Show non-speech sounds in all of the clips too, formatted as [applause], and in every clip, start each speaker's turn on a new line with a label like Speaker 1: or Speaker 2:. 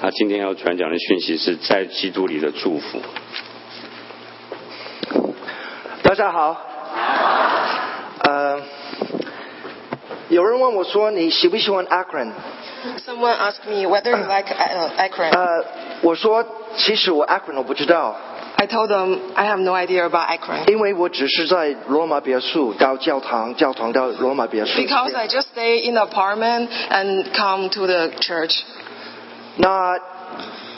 Speaker 1: 他今天要传讲的讯息是在基督里的祝福。
Speaker 2: 大家好。呃，有人问我说你喜不喜欢 Akron？
Speaker 3: Someone asked me whether you like uh, Akron.
Speaker 2: 呃，我说其实我 Akron 我不知道，
Speaker 3: I told them I have no idea about Akron
Speaker 2: 因为我只是在罗马别墅到教堂，教堂到罗马别墅。
Speaker 3: because I just stay in the apartment and come to the church.
Speaker 2: 那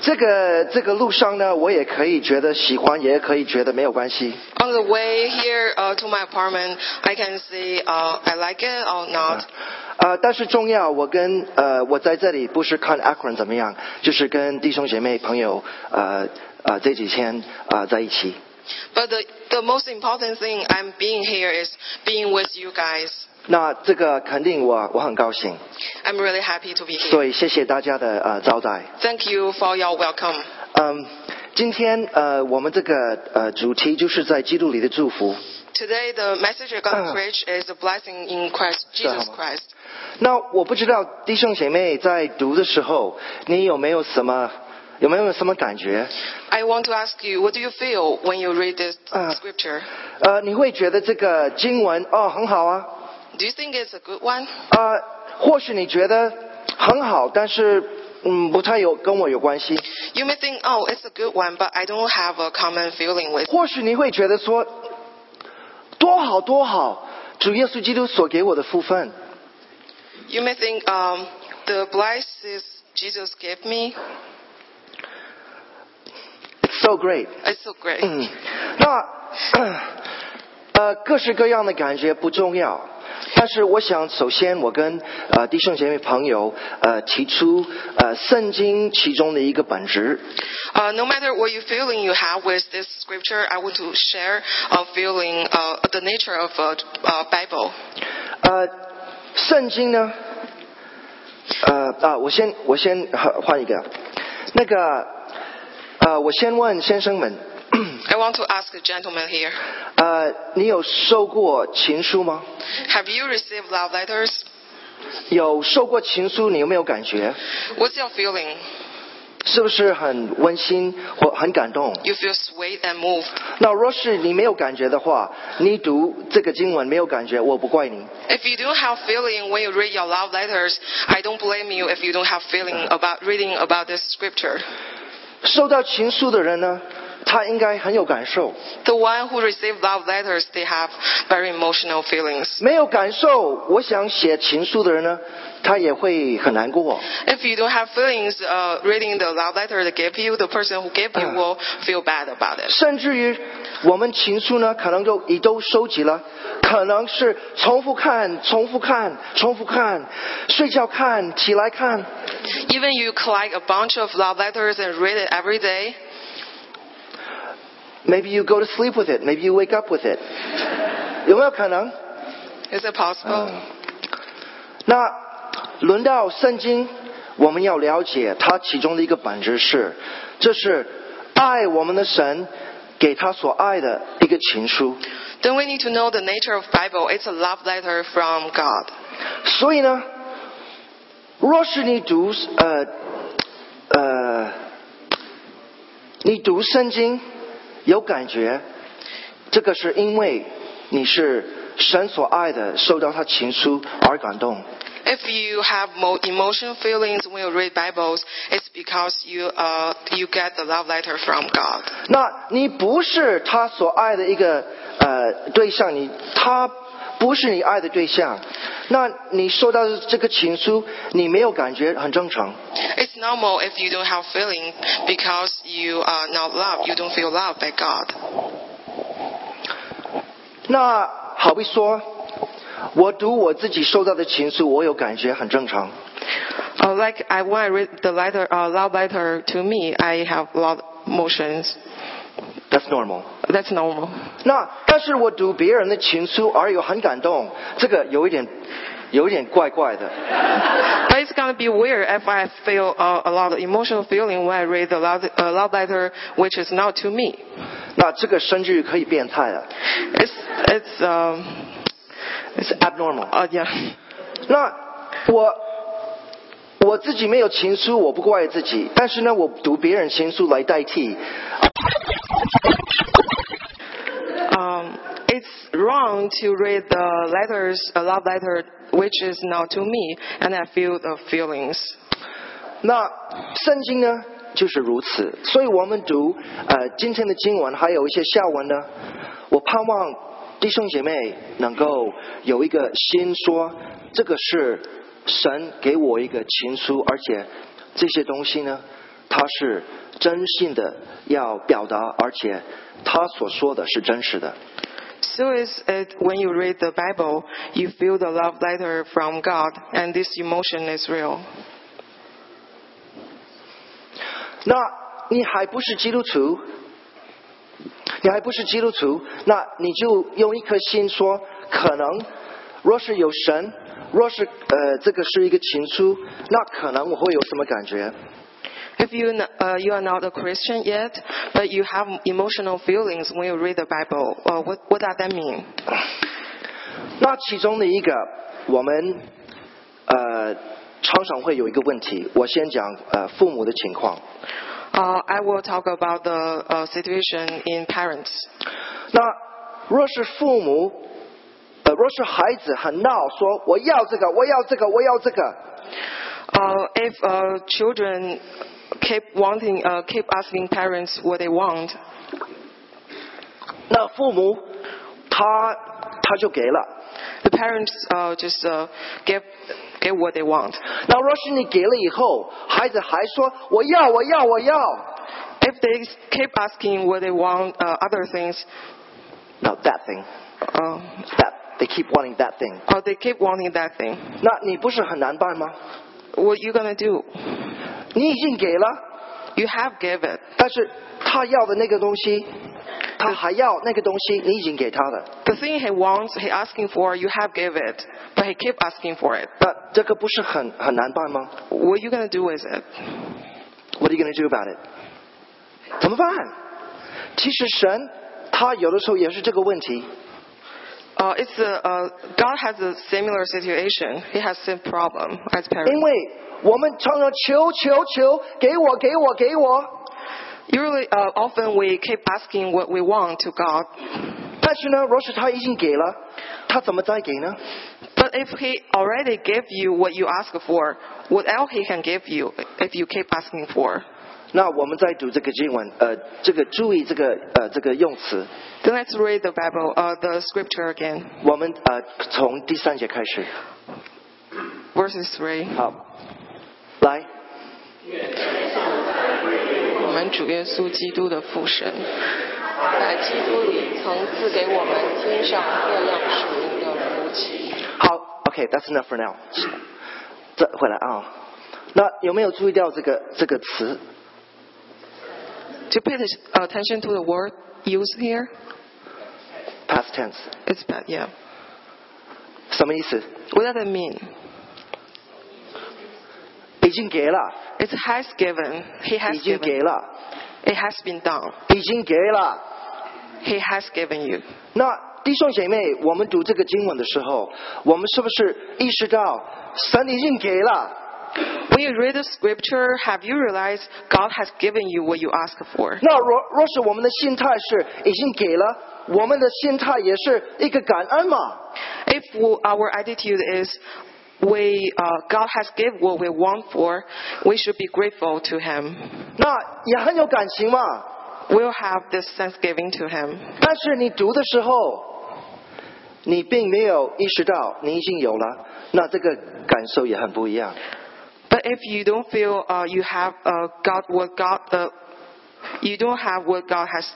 Speaker 2: 这个这个路上呢，我也可以觉得喜欢，也可以觉得没有关系。
Speaker 3: On the way here uh, to my apartment, I can say uh, I like it or not.
Speaker 2: 呃，但是重要，我跟呃，我在这里不是看 Akron 怎么样，就是跟弟兄姐妹朋友呃呃这几天啊、呃、在一起。
Speaker 3: But the, the most important thing I'm being here is being with you guys.
Speaker 2: 那这个肯定我我很高兴，
Speaker 3: I'm really happy to be here.
Speaker 2: 所以谢谢大家的呃招待。
Speaker 3: Thank you for your welcome.
Speaker 2: 嗯，今天呃我们这个呃主题就是在基督里的祝福。
Speaker 3: Today, the message I'm going
Speaker 2: Uh.
Speaker 3: to preach is a blessing in Christ, Jesus
Speaker 2: Sure.
Speaker 3: Christ.
Speaker 2: 那我不知道弟兄姐妹在读的时候，你有没有什么有没有什么感觉？
Speaker 3: I want to ask you, what do you feel when you read this
Speaker 2: Uh.
Speaker 3: scripture?
Speaker 2: 呃，你会觉得这个经文哦很好啊，
Speaker 3: Do you think it's a good one?
Speaker 2: 呃，或许你觉得很好，但是嗯不太有跟我有关系。
Speaker 3: You may think, oh, it's a good one, but I don't have a common feeling with.
Speaker 2: 或许你会觉得说多好多好，主耶稣基督所给我的福分。
Speaker 3: You may think, um, the blessings Jesus gave me,
Speaker 2: It's so great。
Speaker 3: it's so great.
Speaker 2: 嗯，那 [clears throat] 呃各式各样的感觉不重要，但是我想首先我跟呃弟兄姐妹朋友呃提出呃圣经其中的一个本质，
Speaker 3: Uh, no matter what you feeling you have with this scripture, I want to share a feeling, uh, the nature of a uh, Bible.
Speaker 2: 呃圣经呢，呃啊我先我先换换一个，那个呃我先问先生们，
Speaker 3: I want to ask the gentleman here,
Speaker 2: 呃你有收过情书吗？
Speaker 3: have you received love letters?
Speaker 2: 有收过情书，你有没有感觉？
Speaker 3: What's your feeling?
Speaker 2: 是不是很温馨或很感动？
Speaker 3: You feel sweet and moved.
Speaker 2: 那若是你没有感觉的话，你读这个经文没有感觉，我不怪你。
Speaker 3: If you don't have feeling when you read your love letters, I don't blame you if you don't have feeling about reading about this scripture.
Speaker 2: 收到情书的人呢，他应该很有感受；
Speaker 3: The one who receive love letters, they have very emotional feelings.
Speaker 2: 没有感受，我想写情书的人呢，他也会很难过。
Speaker 3: If you don't have feelings uh, reading the love letter they gave you, the person who gave you will feel bad about it.
Speaker 2: 甚至于，我们情书呢，可能都已都收集了，可能是重复看、重复看、重复看，睡觉看、起来看，
Speaker 3: Even you collect a bunch of love letters and read it every day.
Speaker 2: Maybe you go to sleep with it. Maybe you wake up with it. 有没有可能？
Speaker 3: Is it possible?
Speaker 2: Oh. 那轮到圣经，我们要了解它其中的一个本质是，这是爱我们的神给他所爱的一个情书。
Speaker 3: Then we need to know the nature of Bible. It's a love letter from God.
Speaker 2: 所以呢，若是你读呃呃，你读圣经有感觉，这个是因为你是神所爱的，受到他情书而感动。
Speaker 3: If you have mo- emotion feelings when you read Bibles, it's because you uh, you get the love letter from God.
Speaker 2: 那你不是他所爱的一个呃对象，你他不是你爱的对象，那你收到这个情书，你没有感觉很正常。
Speaker 3: It's normal if you don't have feeling because you are not loved. You don't feel loved by God.
Speaker 2: 那好比说，我读我自己收到的情书，我有感觉很正常。
Speaker 3: Uh, like I, when I read the letter, uh, love letter to me, I have a lot of emotions.
Speaker 2: That's normal。
Speaker 3: That's normal.
Speaker 2: 那但是我读别人的情书而有很感动，这个有一点有一点怪怪的。
Speaker 3: But it's gonna be weird if I feel uh, a lot of emotional feeling when I read the love, uh, love letter, which is not to me.
Speaker 2: 那这个甚至于可以变态了
Speaker 3: It's it's um,
Speaker 2: ，It's abnormal。
Speaker 3: uh, yeah.
Speaker 2: 那我我自己没有情书，我不怪自己。但是呢，我读别人情书来代替。
Speaker 3: Um, it's wrong to read the letters, a love letter, which is not to me, and I feel the feelings.
Speaker 2: 那圣经呢，就是如此。所以我们读呃今天的经文，还有一些下文呢，我盼望弟兄姐妹能够有一个心说，这个是神给我一个情书，而且这些东西呢，它是真心的要表达，而且他所说的是真实的。
Speaker 3: So is it when you read the Bible, you feel the love letter from God, and this emotion is real.
Speaker 2: 那你还不是基督徒，你还不是基督徒，那你就用一颗心说，可能若是有神，若是呃这个是一个情书，那可能我会有什么感觉？
Speaker 3: If you n- uh, you are not a Christian yet, but you have emotional feelings when you read the Bible, uh, what what does that mean?
Speaker 2: 那其中的一个，我们呃常常会有一个问题，我先讲呃父母的情况。
Speaker 3: Uh, I will talk about the uh, situation in parents.
Speaker 2: 那若是父母，呃若是孩子很闹，说我要这个，我要这个，我要这个。
Speaker 3: Uh, if uh, children keep wanting, uh, keep asking parents what they want,
Speaker 2: 那父母他他就给了。
Speaker 3: the parents uh, just uh, get get what they want.
Speaker 2: 那若是你给了以后，孩子还说我要我要我要
Speaker 3: If they keep asking what they want, uh, other things,
Speaker 2: ，no that thing
Speaker 3: uh,
Speaker 2: that they keep wanting that thing。
Speaker 3: or they keep wanting that thing.
Speaker 2: 那你不是很难办吗？
Speaker 3: What you gonna do?
Speaker 2: 你已经给了，
Speaker 3: You have given.
Speaker 2: 但是他要的那个东西，他还要那个东西，你已经给他了。
Speaker 3: The thing he wants, he asking for, you have gave it, but he keep asking for it.
Speaker 2: 那这个不是很很难办吗
Speaker 3: What you gonna do with it?
Speaker 2: ？What are you gonna do about it？怎么办？其实神他有的时候也是这个问题。
Speaker 3: Uh, it's a, uh, God has a similar situation. He has same problem as
Speaker 2: 因
Speaker 3: parents.
Speaker 2: 为我们常常求求求，给我给我给我，
Speaker 3: Usually, uh, often we keep asking what we want to God,
Speaker 2: 但是呢，若是他已经给了，他怎么再给呢？
Speaker 3: but if He already gave you what you ask for, what else He can give you if you keep asking for?
Speaker 2: 那我们再读这个经文，呃，这个注意这个呃这个用词，
Speaker 3: Then let's read the Bible, uh, the scripture again,
Speaker 2: 我们呃从第三节开始，
Speaker 3: verses three.
Speaker 2: 好，来，
Speaker 3: 我们主耶稣基督的父神，
Speaker 4: 在基督里曾赐给我们天上各样属灵的福气。
Speaker 2: 好，OK，that's、enough for now，这回来啊、那有没有注意到这个这个词
Speaker 3: to pay this- attention to the word used here.
Speaker 2: past tense
Speaker 3: It's bad, yeah.
Speaker 2: 什么意思？
Speaker 3: What does that mean?
Speaker 2: 已经给了，
Speaker 3: It has given. He
Speaker 2: 已
Speaker 3: has
Speaker 2: 经给
Speaker 3: given.
Speaker 2: 了，
Speaker 3: It has been done.
Speaker 2: 已经给了。
Speaker 3: He has given you.
Speaker 2: 那弟兄姐妹，我们读这个经文的时候，我们是不是意识到神已经给了？
Speaker 3: When you read the scripture, have you realized God has given you what you ask for?
Speaker 2: 那若若是我们的心态是已经给了，我们的心态也是一个感恩嘛？
Speaker 3: If w- our attitude is we uh, God has given what we want for, we should be grateful to Him.
Speaker 2: 那也很有感情嘛。
Speaker 3: We'll have this thanksgiving to Him.
Speaker 2: 但是你读的时候，你并没有意识到你已经有了，那这个感受也很不一样。
Speaker 3: But if you don't feel uh, you have uh, got what God, uh, you don't have what God has,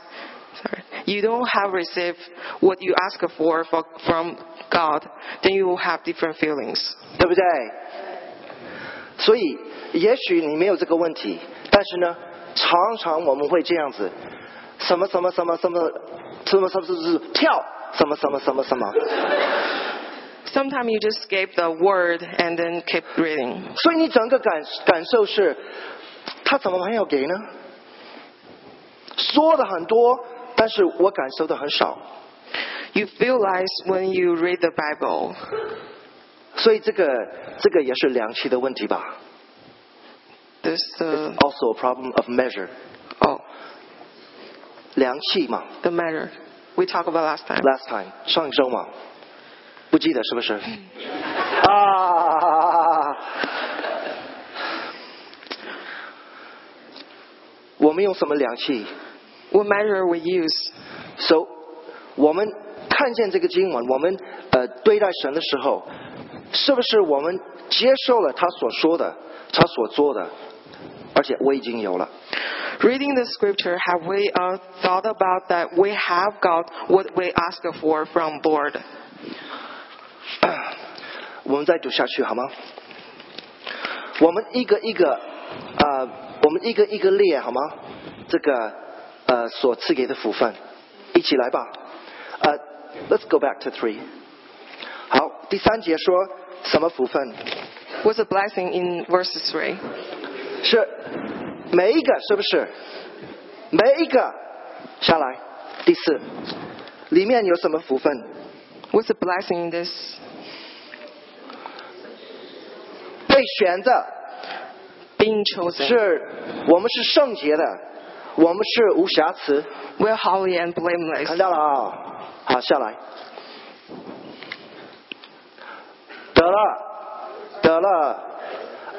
Speaker 3: sorry, you don't have received what you ask for, for from God, then you will have different feelings.
Speaker 2: 对不对？所以，也许你没有这个问题，但是呢，常常我们会这样子，什么什么什么什么什么什么什么跳，什么什么什么什么。
Speaker 3: Sometimes you just skip the word and then keep reading.
Speaker 2: 所以你整个感感受是，他怎么没有给呢？说的很多，但是我感受的很少。
Speaker 3: You feel like when you read the Bible.
Speaker 2: 所以这个这个也是良期的问题吧？
Speaker 3: this the
Speaker 2: also a problem of measure.
Speaker 3: oh
Speaker 2: 量器嘛
Speaker 3: the matter we talked about last time.
Speaker 2: ，last time 上一周嘛，不记得是不是？啊！我们用什么量器
Speaker 3: What measure we use?
Speaker 2: ？So，我们看见这个经文，我们呃对待神的时候，是不是我们接受了他所说的，他所做的，而且我已经有了。
Speaker 3: Reading the scripture, have we uh, thought about that we have got what we asked for from Lord?
Speaker 2: [coughs] 我们再读下去好吗？我们一个一个，呃，我们一个一个列好吗？这个呃所赐给的福分，一起来吧。呃，Let's go back to three。好，第三节说什么福分？
Speaker 3: What's a blessing in verse 3?
Speaker 2: 是每一个是不是？每一个下来。第四，里面有什么福分？
Speaker 3: What's a blessing in this?
Speaker 2: 被选的
Speaker 3: Being chosen.
Speaker 2: 是我们是圣洁的，我们是无瑕疵。
Speaker 3: We're holy and
Speaker 2: 看
Speaker 3: blameless.
Speaker 2: 到了啊、好，下来，得了，得了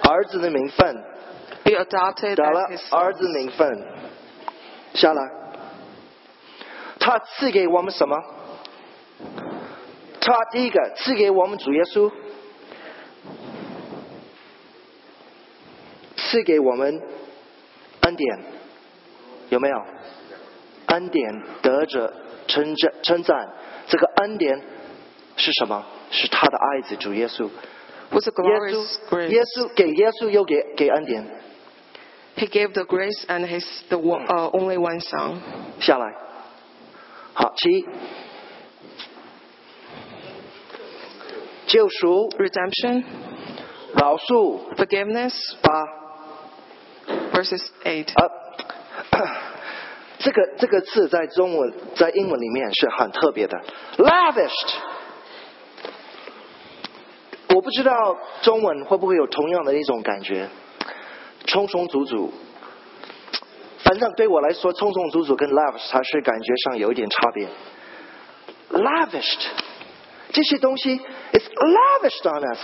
Speaker 2: 儿子的名分，
Speaker 3: Be adopted
Speaker 2: 得了
Speaker 3: as His
Speaker 2: 儿子的名分，下来，他赐给我们什么？他第一个赐给我们主耶稣，赐给我们恩典，有没有？恩典得者称赞称赞，这个恩典是什么？是他的爱子主耶稣，
Speaker 3: What's
Speaker 2: 耶
Speaker 3: a glorious
Speaker 2: 稣，耶
Speaker 3: grace?
Speaker 2: 稣给耶稣又给给恩典
Speaker 3: He gave the grace and His the one, uh, only one Son.
Speaker 2: 下来。好，其一，救赎、
Speaker 3: Redemption,
Speaker 2: 饶恕
Speaker 3: forgiveness,
Speaker 2: 八
Speaker 3: verses 8.
Speaker 2: 啊， [coughs] 这个这个字在中文在英文里面是很特别的，lavished。我不知道中文会不会有同样的一种感觉，充充足足。反正对我来说，充充足足跟 lavish 还是感觉上有一点差别。lavished 这些东西 is lavished on us。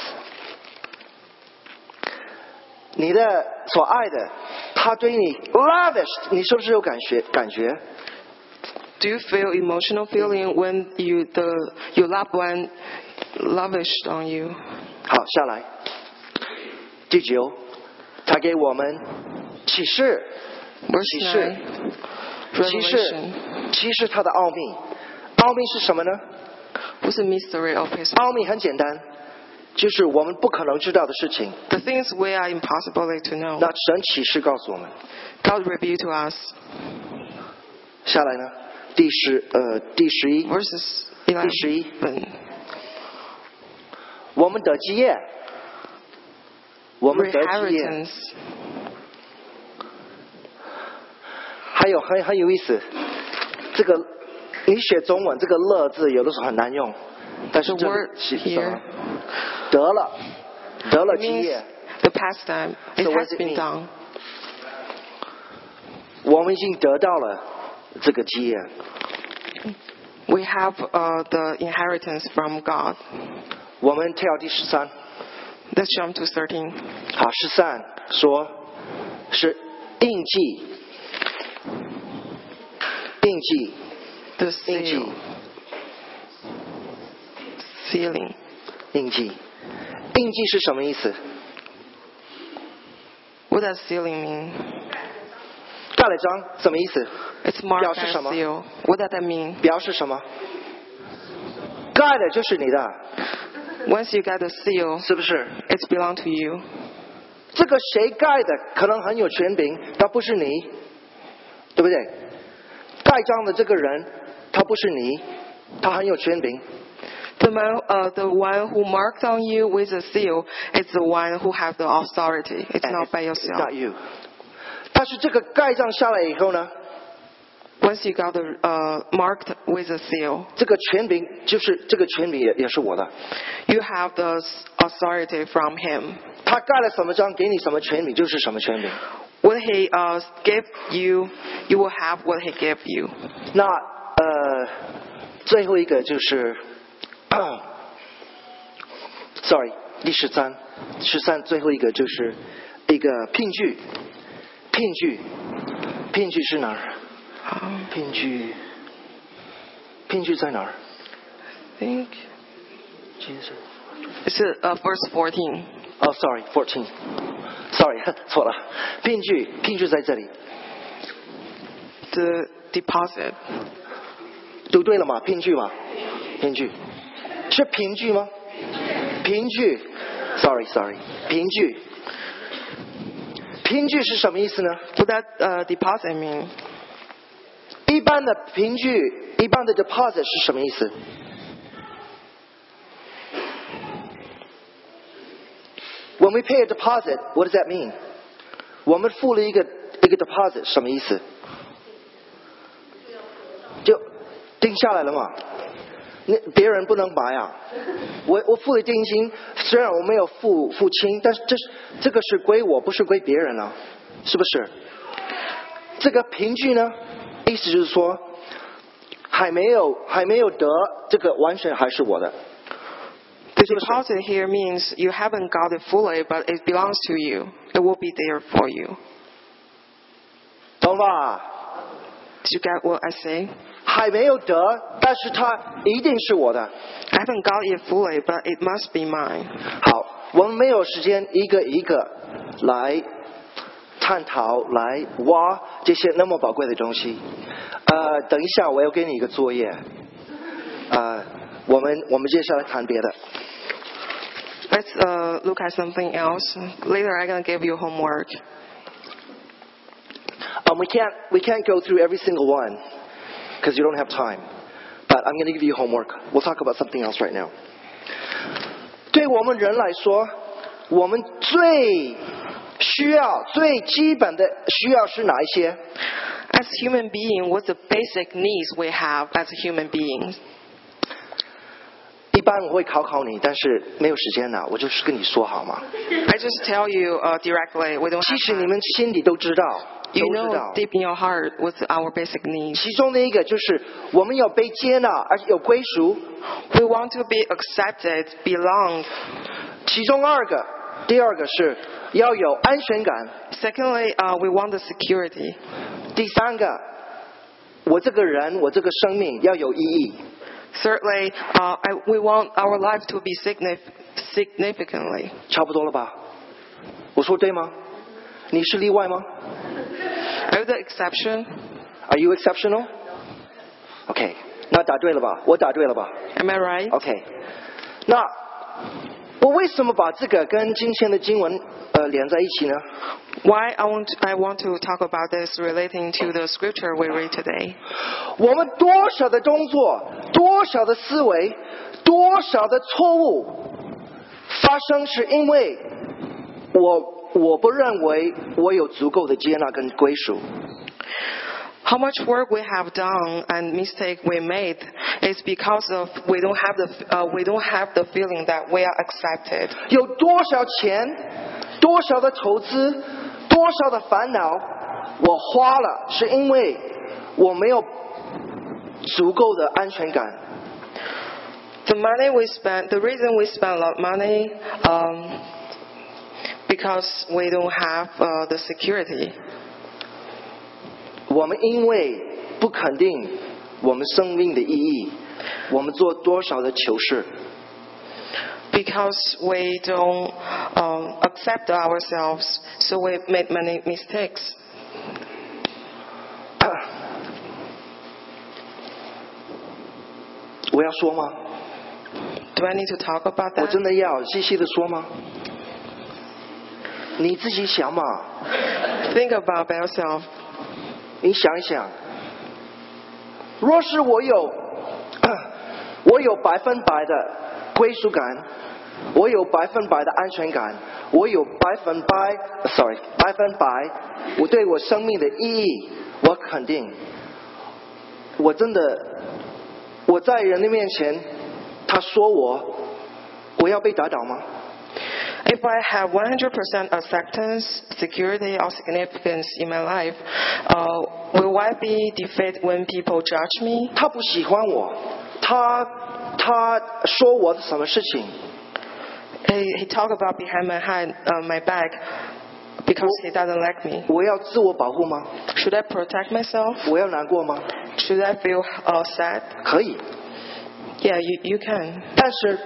Speaker 2: 你的所爱的，他对你 lavished，你是不是有感觉？感觉
Speaker 3: Do you feel emotional feeling when you the your loved one lavished on you?
Speaker 2: 好下来。第九，他给我们启示。
Speaker 3: Verse
Speaker 2: 启示。
Speaker 3: 9.
Speaker 2: 其实
Speaker 3: Revelation.，
Speaker 2: 其实它的奥秘，奥秘是什么呢？
Speaker 3: What's the mystery of His?
Speaker 2: 奥秘很简单，就是我们不可能知道的事情。
Speaker 3: The things we are impossible to know.
Speaker 2: 那神启示告诉我们，
Speaker 3: God revealed to us.
Speaker 2: 下来呢，第十呃第十一，
Speaker 3: Verses
Speaker 2: 第十一。
Speaker 3: 11.
Speaker 2: 我们得基业，我们得基业，
Speaker 3: Inheritance.
Speaker 2: 还有很很有意思，这个你写中文这个“乐”字有的时候很难用，但是
Speaker 3: The
Speaker 2: 这
Speaker 3: word
Speaker 2: 个是什
Speaker 3: here
Speaker 2: 么？得了，得了基
Speaker 3: means
Speaker 2: 业，
Speaker 3: the pastime. It
Speaker 2: So what
Speaker 3: has
Speaker 2: does it
Speaker 3: been
Speaker 2: mean?
Speaker 3: done.
Speaker 2: 我们已经得到了这个基业。
Speaker 3: We have uh, the inheritance from God.
Speaker 2: 我们跳第十三。
Speaker 3: Let's jump to 13.
Speaker 2: 好，十三说是印记，印记，
Speaker 3: The
Speaker 2: 印记
Speaker 3: seal,，sealing.
Speaker 2: 印记，印记是什么意思？
Speaker 3: What does sealing mean?
Speaker 2: 盖了章什么意思？
Speaker 3: It's marked by
Speaker 2: 表示什么？
Speaker 3: a seal. What does that mean?
Speaker 2: 表示什么？盖的就是你的，
Speaker 3: Once you get the seal,
Speaker 2: 是不是？
Speaker 3: it's belong to you.
Speaker 2: 这个谁盖的可能很有权柄，但不是你，对不对？盖章的这个人，他不是你，他很有权柄，
Speaker 3: The man, uh, the one who marked on you with a seal is the one who have the authority. It's not by
Speaker 2: It's
Speaker 3: yourself.
Speaker 2: not you. 但是这个盖章下来以后呢，
Speaker 3: Once you got the uh, marked with a seal,
Speaker 2: 这个权柄就是这个权柄也也是我的。
Speaker 3: you have the s- authority from Him.
Speaker 2: 他盖了什么章，给你什么权柄，就是什么权柄。
Speaker 3: What He uh, gave you, you will have what He gave you.
Speaker 2: 那呃，最后一个就是，sorry，第十三，十三最后一个就是一个聘据，聘据，聘据是哪儿？
Speaker 3: Um,
Speaker 2: 聘据，聘据在哪儿？
Speaker 3: I think
Speaker 2: 其实
Speaker 3: it's uh, verse 14.
Speaker 2: 哦、s o r r y f o u r t e e n s o r r y [laughs] 错了，聘据，聘据在这里，
Speaker 3: The deposit.
Speaker 2: 读对了吗？拼句吗？拼句是平句吗？平句，sorry sorry，平句。平句是什么意思呢？
Speaker 3: What that uh, deposit mean?
Speaker 2: 一般的平句，一般的 deposit 是什么意思？When we pay a deposit, what does that mean? 我们付了一个一个 deposit 什么意思？就定下来了嘛？那别人不能拔呀。我我付了定金，虽然我没有付付清，但是这是这个是归我，不是归别人啊，是不是？这个凭据呢，意思就是说，还没有还没有得这个完全还是我的。
Speaker 3: The deposit here means you haven't got it fully, but it belongs to you. It will be there for you.
Speaker 2: 懂吧？
Speaker 3: Did you get what I say?
Speaker 2: 还没有得，但是它一定是我的。
Speaker 3: I haven't got it fully, but it must be mine.
Speaker 2: 好，我们没有时间一个一个来探讨、来挖这些那么宝贵的东西。呃，等一下我要给你一个作业。呃，我们我们接下来谈别的。
Speaker 3: Let's uh, look at something else. Later, I'm gonna give you homework.
Speaker 2: Um, we can't we can't go through every single one because you don't have time. But I'm going to give you homework. We'll talk about something else right now. 对我们人来说，我们最需要、最基本的需要是哪一些？
Speaker 3: As human being, what's the basic needs we have as human beings?
Speaker 2: 一般我会考考你，但是没有时间了，我就是跟你说好吗？
Speaker 3: I just tell you uh, directly. We don't
Speaker 2: 其
Speaker 3: have
Speaker 2: 实你
Speaker 3: time.
Speaker 2: 们心里都知道，都
Speaker 3: You
Speaker 2: 知
Speaker 3: know
Speaker 2: 道。
Speaker 3: deep in your heart what's our basic needs.
Speaker 2: 其中的一个就是我们要被接纳，而且有归属。
Speaker 3: We want to be accepted, belong.
Speaker 2: 其中二个，第二个是要有安全感。
Speaker 3: Secondly, uh, we want the security.
Speaker 2: 第三个，我这个人，我这个生命要有意义。
Speaker 3: Thirdly, uh, I, we want our life to be signif- significantly.
Speaker 2: 差不多了吧？我说对吗？你是例外吗
Speaker 3: Are you the exception?
Speaker 2: ？Are you exceptional? OK，那答对了吧？我答对了吧
Speaker 3: Am I right?
Speaker 2: ？OK，那我为什么把这个跟今天的经文呃连在一起呢？
Speaker 3: Why I want I want to talk about this relating to the scripture we read today.
Speaker 2: 我们多少的工作，多少的思维，多少的错误发生，是因为我我不认为我有足够的接纳跟归属。
Speaker 3: How much work we have done and mistake we made is because of we don't have the uh, we don't have the feeling that we are accepted.
Speaker 2: 有多少钱，多少的投资，多少的烦恼，我花了，是因为我没有足够的安全感。
Speaker 3: The money we spend, the reason we spend a lot of money, um, because we don't have uh, the security.
Speaker 2: 我们因为不肯定我们生命的意义，我们做多少的求事。 [clears throat]
Speaker 3: because we don't um, accept ourselves, so we made many mistakes.
Speaker 2: 我要说吗？
Speaker 3: Do I need to talk about
Speaker 2: 我真
Speaker 3: that?
Speaker 2: 的要细细的说吗？你自己想嘛，
Speaker 3: Think about yourself.
Speaker 2: 你想一想。若是我有， [coughs] 我有百分百的归属感，我有百分百的安全感，我有百分百，sorry，百分百，我对我生命的意义，我肯定，我真的我在人的面前，他说我，我要被打倒吗？
Speaker 3: If I have 100% acceptance, security, or significance in my life, uh, will I be defeated when people judge me?
Speaker 2: 他不喜欢我，他他说我什么事情，
Speaker 3: He, he talked about behind my hand, uh, my back, because he doesn't like me.
Speaker 2: 我要自我保护吗？
Speaker 3: Should I protect myself?
Speaker 2: 我要难过吗？
Speaker 3: Should I feel uh, sad?
Speaker 2: 可以，
Speaker 3: Yeah, you, you can.
Speaker 2: 但是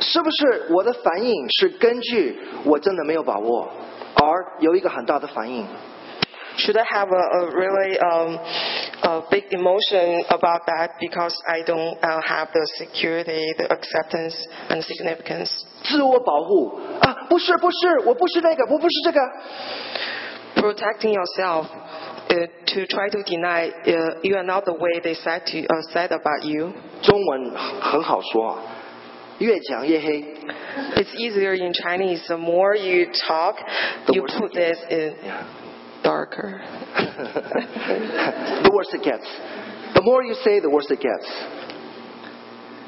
Speaker 2: 是不是我的反应是根据我真的没有把握，而有一个很大的反应？
Speaker 3: Should I have a, a really um, a big emotion about that because I don't uh, have the security, the acceptance, and significance?
Speaker 2: 自我保护啊，不是不是，我不是那个，我不是这个，
Speaker 3: protecting yourself uh, to try to deny uh, you are not the way they said to uh, said about you.
Speaker 2: 中文很好说啊，越讲越黑。
Speaker 3: It's easier in Chinese. The more you talk,
Speaker 2: The
Speaker 3: you
Speaker 2: worse
Speaker 3: put
Speaker 2: it gets.
Speaker 3: this in darker.
Speaker 2: [laughs] the worse it gets. The more you say, the worse it gets.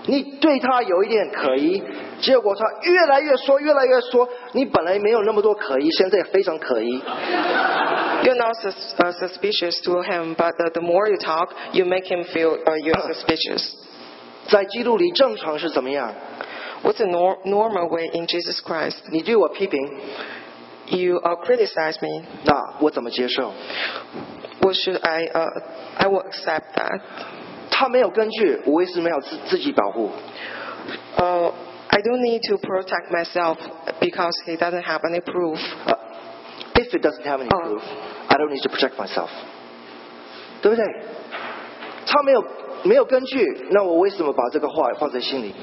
Speaker 2: 你对他有一点可疑，结果他越来越说，越来越说。你本来没有那么多可疑，现在非常可疑。
Speaker 3: You're not sus- uh, suspicious to him, but uh, the more you talk, you make him feel uh,
Speaker 2: [coughs]
Speaker 3: you're suspicious.
Speaker 2: 在基督里，正常是怎么样？
Speaker 3: What's a nor- normal way in Jesus Christ?
Speaker 2: 你对我批评，
Speaker 3: You uh, criticize me.
Speaker 2: 那我怎么接受？
Speaker 3: What should I? Uh, I will accept that.
Speaker 2: 他没有根据，我为什么要自自己保护？
Speaker 3: Uh, I don't need to protect myself because he doesn't have any proof.
Speaker 2: Uh, if it doesn't have any
Speaker 3: 哦
Speaker 2: proof, I don't need to protect myself，对不对？他没有没有根据，那我为什么把这个话放在心里？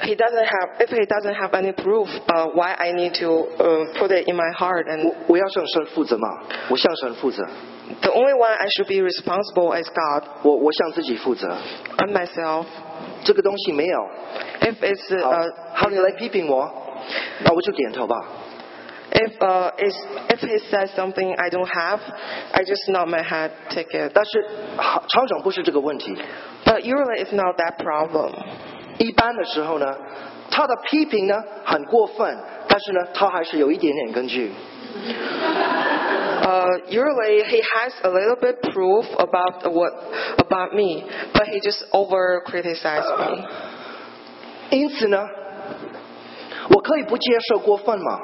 Speaker 3: He doesn't have. If he doesn't have any proof, uh, why I need to uh, put it in my heart?
Speaker 2: 我
Speaker 3: And
Speaker 2: 我要向神负责嘛，我向神负责，
Speaker 3: the only one I should be responsible is God
Speaker 2: 我我向自己负责。
Speaker 3: and myself.
Speaker 2: 这个东西没有，
Speaker 3: If it's
Speaker 2: 好
Speaker 3: uh,，
Speaker 2: 好你来批评我，那我就点头吧。
Speaker 3: if uh, it's, if he says something I don't have, I just nod my head, take it.
Speaker 2: 但是好常常不是这个问题，
Speaker 3: But usually it's not that problem.
Speaker 2: 一般的时候呢，他的批评呢很过分，但是呢他还是有一点点根据。
Speaker 3: Uh, usually he has a little bit proof about what about me, but he just over criticized me.
Speaker 2: 因此呢，我可以不接受过分嘛？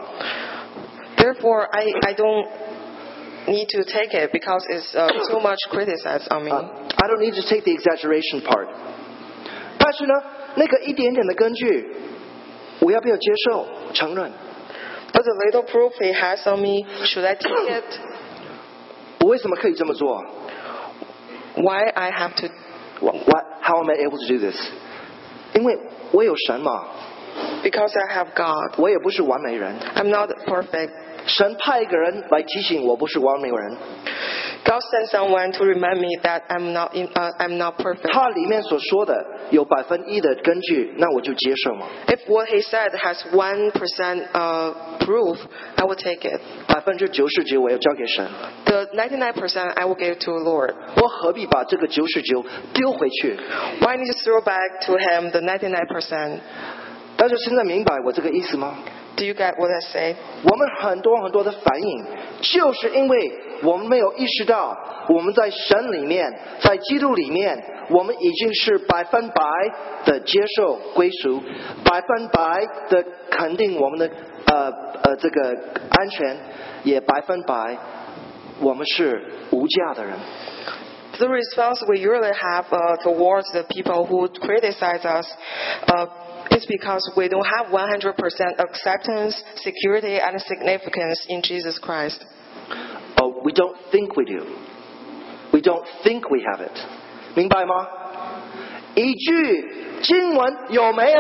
Speaker 3: Therefore, I, I don't need to take it because it's uh, too much criticized on me.
Speaker 2: 啊 I don't need to take the exaggeration part。但是呢，那个一点点的根据，我要不要接受、承认？
Speaker 3: But the little proof he has on me, should I take it?
Speaker 2: 我为什么可以这么做
Speaker 3: Why I have to?
Speaker 2: ？What? How am I able to do this？因为我有神嘛，
Speaker 3: Because I have God.
Speaker 2: 我也不是完美人。
Speaker 3: I'm not perfect.
Speaker 2: 神派一个人来提醒我不是完美人，
Speaker 3: God sent someone to remind me that I'm not in, uh, I'm not perfect.
Speaker 2: 他里面所说的有百分一的根据，那我就接受嘛。
Speaker 3: If what he said has one percent uh, proof, I will take it.
Speaker 2: 百分之九十九我要交给神，
Speaker 3: The 99% I will give to the Lord.
Speaker 2: 我何必把这个九十九丢回去？
Speaker 3: Why need to throw back to Him the 99%?
Speaker 2: 但是现在明白我这个意思吗？
Speaker 3: Do you get what I say?
Speaker 2: 我们很多很多的反应，就是因为我们没有意识到我们在神里面，在基督里面，我们已经是百分百的接受归属，百分百的肯定我们的呃呃这个安全，也百分百我们是无价的人。
Speaker 3: The response we usually have uh, towards the people who criticize us uh, is because we don't have 100% acceptance, security, and significance in Jesus Christ.
Speaker 2: Oh, we don't think we do. We don't think we have it. 明白吗？一句经文有没有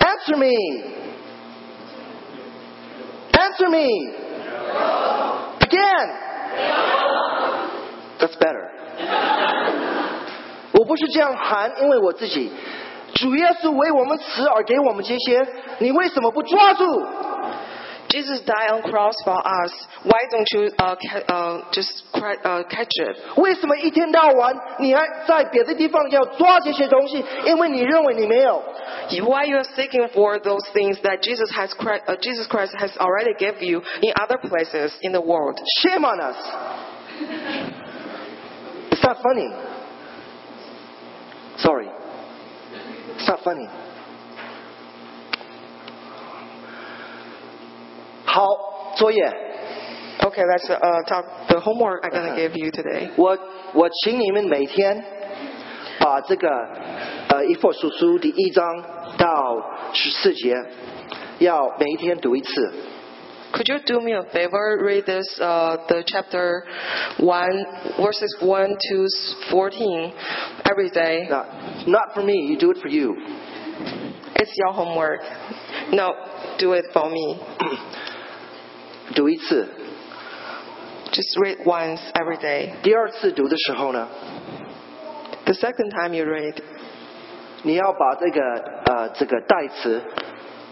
Speaker 2: ？Answer me. Answer me. Again. That's better. 我不是这样喊，因为我自己。主耶稣为我们死而给我们这些，你为什么不抓住？
Speaker 3: Jesus died on cross for us. Why don't you uh, ca- uh, just cry, uh, catch it?
Speaker 2: 为什么一天到晚你还在别的地方要抓这些东西？因为你认为你没有。
Speaker 3: Why you are seeking for those things that Jesus has Christ, uh, Jesus Christ has already given you in other places in the world?
Speaker 2: Shame on us. It's not funny. Sorry. It's not funny. 好，作业，
Speaker 3: Okay, let's uh, talk the homework I'm gonna give you today.
Speaker 2: 我我请你们每天把这个呃《一佛书书》第一章到十四节，要每一天读一次。
Speaker 3: Could you do me a favor? Read this uh, the chapter one verses one to fourteen every day.
Speaker 2: 那 Not for me, you do it for you.
Speaker 3: It's your homework. No, do it for me.
Speaker 2: 读一次，
Speaker 3: Just read once every day.
Speaker 2: 第二次读的时候呢，
Speaker 3: The second time you read,
Speaker 2: 你要把这个呃这个代词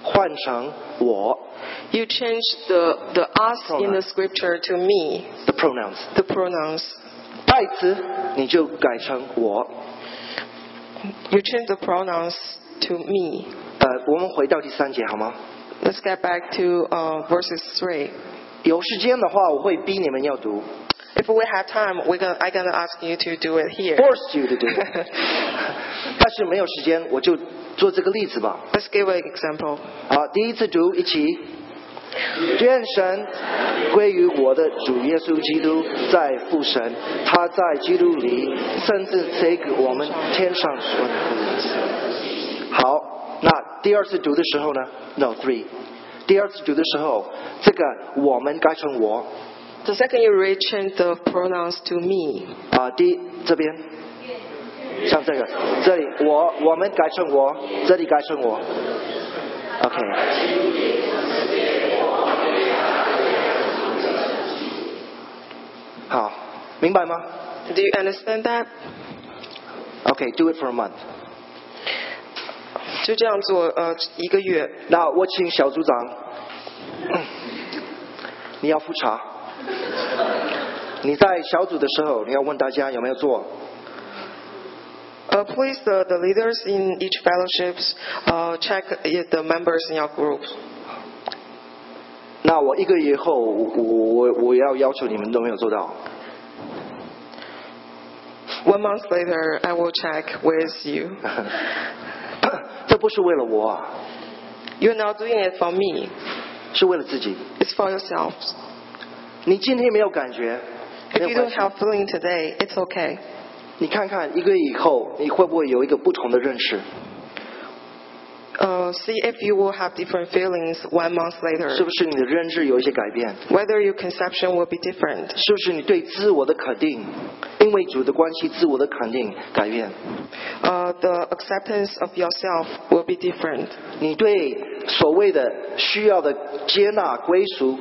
Speaker 2: 换成我
Speaker 3: you change the the us in the scripture to me,
Speaker 2: the pronouns，
Speaker 3: the pronouns.
Speaker 2: 代词你就改成我。
Speaker 3: You change the pronouns to me.
Speaker 2: 呃，我们回到第三节好吗？
Speaker 3: Let's get back to uh, verses three.
Speaker 2: 有时间的话，我会逼你们要读
Speaker 3: If we have time, we're gonna I'm gonna ask you to do it here.
Speaker 2: ，force you to do it。但是没有时间，我就做这个例子吧。
Speaker 3: Let's give an example.
Speaker 2: 好，第一次读一起。愿神归于我的主耶稣基督，在父神，他在基督里，甚至这个我们天上所好，那第二次读的时候呢？No three。第二次读的时候，这个我们改成我
Speaker 3: The second you read, change the pronouns to me.
Speaker 2: 啊、第这边，像这个，这里我我们改成我，这里改成我。OK。好，明白吗
Speaker 3: Do you understand that?
Speaker 2: ？OK，do、it for a month。
Speaker 3: 就这样做呃一个月。
Speaker 2: 那我请小组长，你要复查。你在小组的时候，你要问大家有没有做。
Speaker 3: Uh, please, the, the leaders in each fellowships uh, check if the members in your group.
Speaker 2: 那我一个月后，我我我要要求你们都没有做到。
Speaker 3: One month later, I will check with you.
Speaker 2: [laughs] 这不是为了我啊，
Speaker 3: You're not doing it for me.
Speaker 2: 是为了自己。
Speaker 3: It's for yourselves.
Speaker 2: 你今天没有感觉，没
Speaker 3: If
Speaker 2: 有
Speaker 3: you
Speaker 2: 关
Speaker 3: don't
Speaker 2: 系。
Speaker 3: have feeling today, it's okay.
Speaker 2: 你看看一个月以后，你会不会有一个不同的认识？
Speaker 3: Uh, see if you will have different feelings one month
Speaker 2: 是
Speaker 3: later.
Speaker 2: 不是你的认知有一些改变？
Speaker 3: Whether your conception will be different.
Speaker 2: 是不是你对自我的肯定，因为主的关系，自我的肯定改变？
Speaker 3: Uh, the acceptance of yourself will be different.
Speaker 2: 你对所谓的需要的接纳、归属，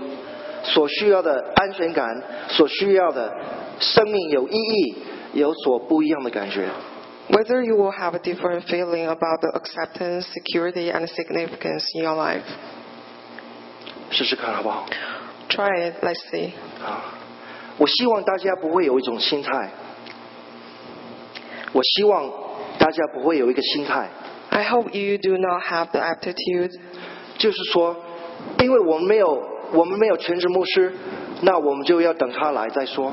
Speaker 2: 所需要的安全感，所需要的生命有意义，有所不一样的感觉。
Speaker 3: Whether you will have a different feeling about the acceptance, security, and significance in your life.
Speaker 2: 试试看好不好？
Speaker 3: Try it, let's see.
Speaker 2: 啊，我希望大家不会有一种心态，我希望大家不会有一个心态，
Speaker 3: I hope you do not have the aptitude.
Speaker 2: 就是说，因为我们没有我们没有全职牧师，那我们就要等他来再说。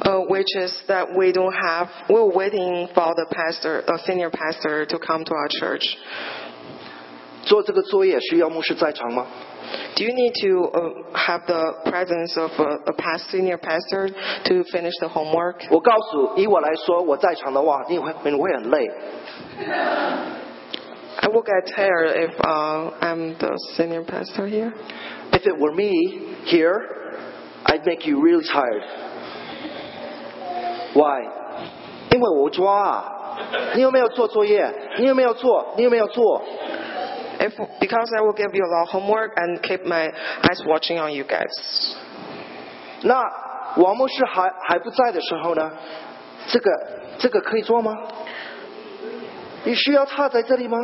Speaker 3: Uh, which is that we don't have, we're waiting for the pastor, a senior pastor to come to our church.
Speaker 2: 做这个作业需要牧师在场吗？
Speaker 3: Do you need to uh, have the presence of a, a past senior pastor to finish the homework?
Speaker 2: 我告诉以我来说，我在场的话，你会你会很累。
Speaker 3: I will get tired if uh, I'm the senior pastor here.
Speaker 2: If it were me here, I'd make you really tired. Why? 因为我抓啊！你有没有做作业？你有没有做？你有没有做？
Speaker 3: If, because I will give you a lot of homework and keep my eyes watching on you guys.
Speaker 2: 那王牧师还还不在的时候呢？这个这个可以做吗？你需要他在这里吗？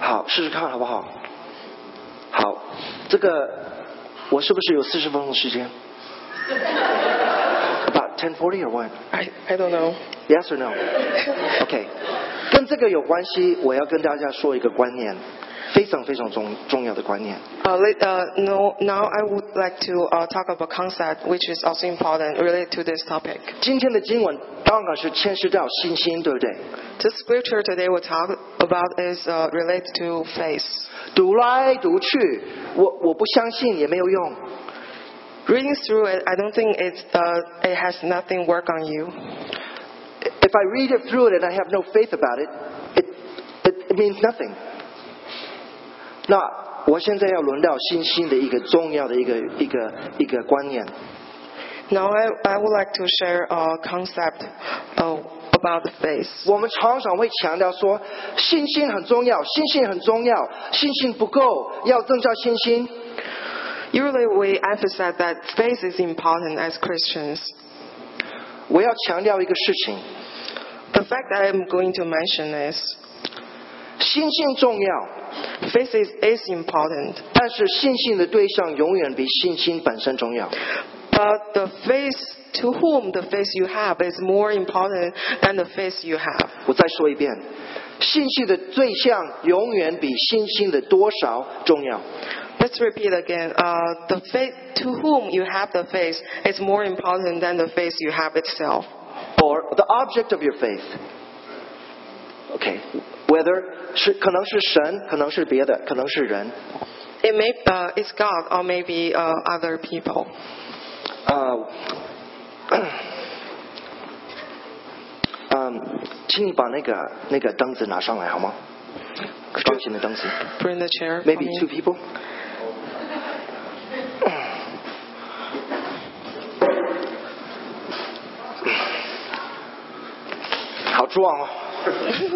Speaker 2: 好，试试看好不好？好，这个我是不是有四十分钟的时间？About ten forty or what?
Speaker 3: I, I don't know.
Speaker 2: Yes or no? OK，跟这个有关系，我要跟大家说一个观念，非常非常重重要的观念。
Speaker 3: Uh, let, uh, no, now I would like to uh, talk about concept which is also important related to this topic.
Speaker 2: 今天的经文当然是牵涉到信心，对不对？
Speaker 3: The scripture today we'll talk about is uh, related to faith.
Speaker 2: 读来读去，我我不相信也没有用。
Speaker 3: Reading through it, I don't think it's, uh, it has nothing work on you.
Speaker 2: If I read it through it and I have no faith about it, it it, it means nothing. 那我现在要轮到信心的一个重要的一个一个一个观念。
Speaker 3: Now I, I would like to share a concept uh, about faith.
Speaker 2: 我们常常会强调说，信心很重要，信心很重要，信心不够，要增加信心。
Speaker 3: Usually we emphasize that faith is important as Christians.
Speaker 2: 我要强调一个事情，
Speaker 3: The fact I am going to mention is
Speaker 2: 信心重要，
Speaker 3: faith is, is important,
Speaker 2: 但是信心的对象永远比信心本身重要。
Speaker 3: but the faith to whom the faith you have is more important than the faith you have.
Speaker 2: 我再说一遍，信心的对象永远比信心的多少重要。
Speaker 3: Let's repeat again. Uh, the faith to whom you have the faith is more important than the faith you have itself.
Speaker 2: or the object of your faith. Okay, whether 是可能是神，可能是别的，可能是人。
Speaker 3: It may uh, it's God or maybe uh, other people.
Speaker 2: 呃，嗯，请你把那个那个凳子拿上来好吗？钢琴的凳子
Speaker 3: Bring the chair. for
Speaker 2: ，maybe
Speaker 3: me.
Speaker 2: two people。好壮哦！ [coughs]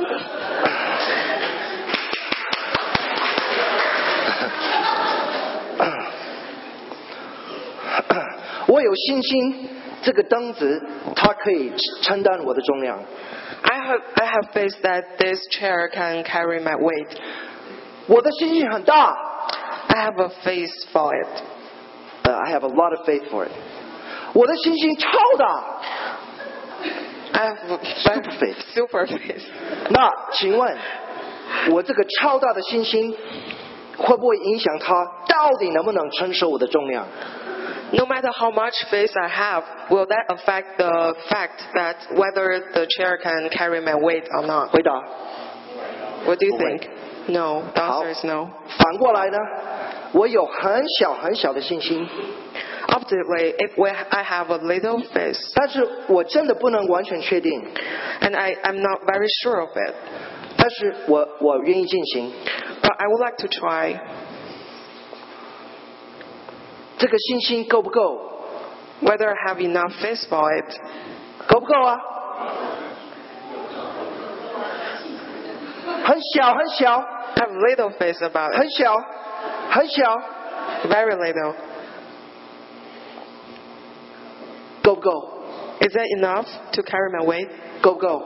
Speaker 2: 我有信心，这个凳子它可以承担我的重量。
Speaker 3: I have I have faith that this chair can carry my weight.
Speaker 2: 我的信心很大。
Speaker 3: I have a faith for it.
Speaker 2: 呃、i have a lot of faith for it。我的信心超大。
Speaker 3: I have a
Speaker 2: [laughs] Super faith.
Speaker 3: Super faith.
Speaker 2: 那请问，我这个超大的信心会不会影响它到底能不能承受我的重量？
Speaker 3: No matter how much faith I have, will that affect the fact that whether the chair can carry my weight or not?
Speaker 2: 回答。
Speaker 3: What do you
Speaker 2: Oh,
Speaker 3: think? No. The
Speaker 2: 好
Speaker 3: answer is no.
Speaker 2: 反过来呢，我有很小很小的信心，
Speaker 3: Oppositely, if we, I have a little faith,
Speaker 2: 但是我真的不能完全确定，
Speaker 3: and I am not very sure of it,
Speaker 2: 但是我我愿意进行。
Speaker 3: but I would like to try
Speaker 2: 这个信心够不够？
Speaker 3: whether I have enough faith for it.
Speaker 2: 够不够啊？很小很小
Speaker 3: I have little faith about it,
Speaker 2: 很小很小，
Speaker 3: very little.
Speaker 2: 够不够？
Speaker 3: Is that enough to carry my weight?
Speaker 2: 够不够？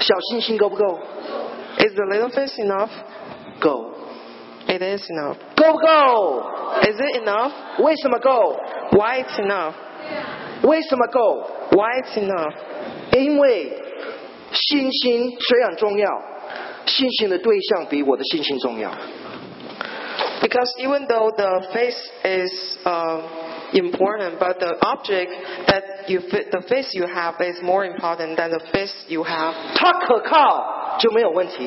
Speaker 2: 小信心够不够？
Speaker 3: Is the little faith enough?
Speaker 2: 够，
Speaker 3: It is enough.
Speaker 2: 够不够？
Speaker 3: Is it enough?
Speaker 2: 为什么够？
Speaker 3: Why it's enough?
Speaker 2: 为什么够？
Speaker 3: Why it's enough?
Speaker 2: 因为信心虽然重要，信心的对象比我的信心重要。
Speaker 3: Because even though the faith is uh, important, but the object that you fit, the faith you have is more important than the faith you have.
Speaker 2: 它可靠就没有问题，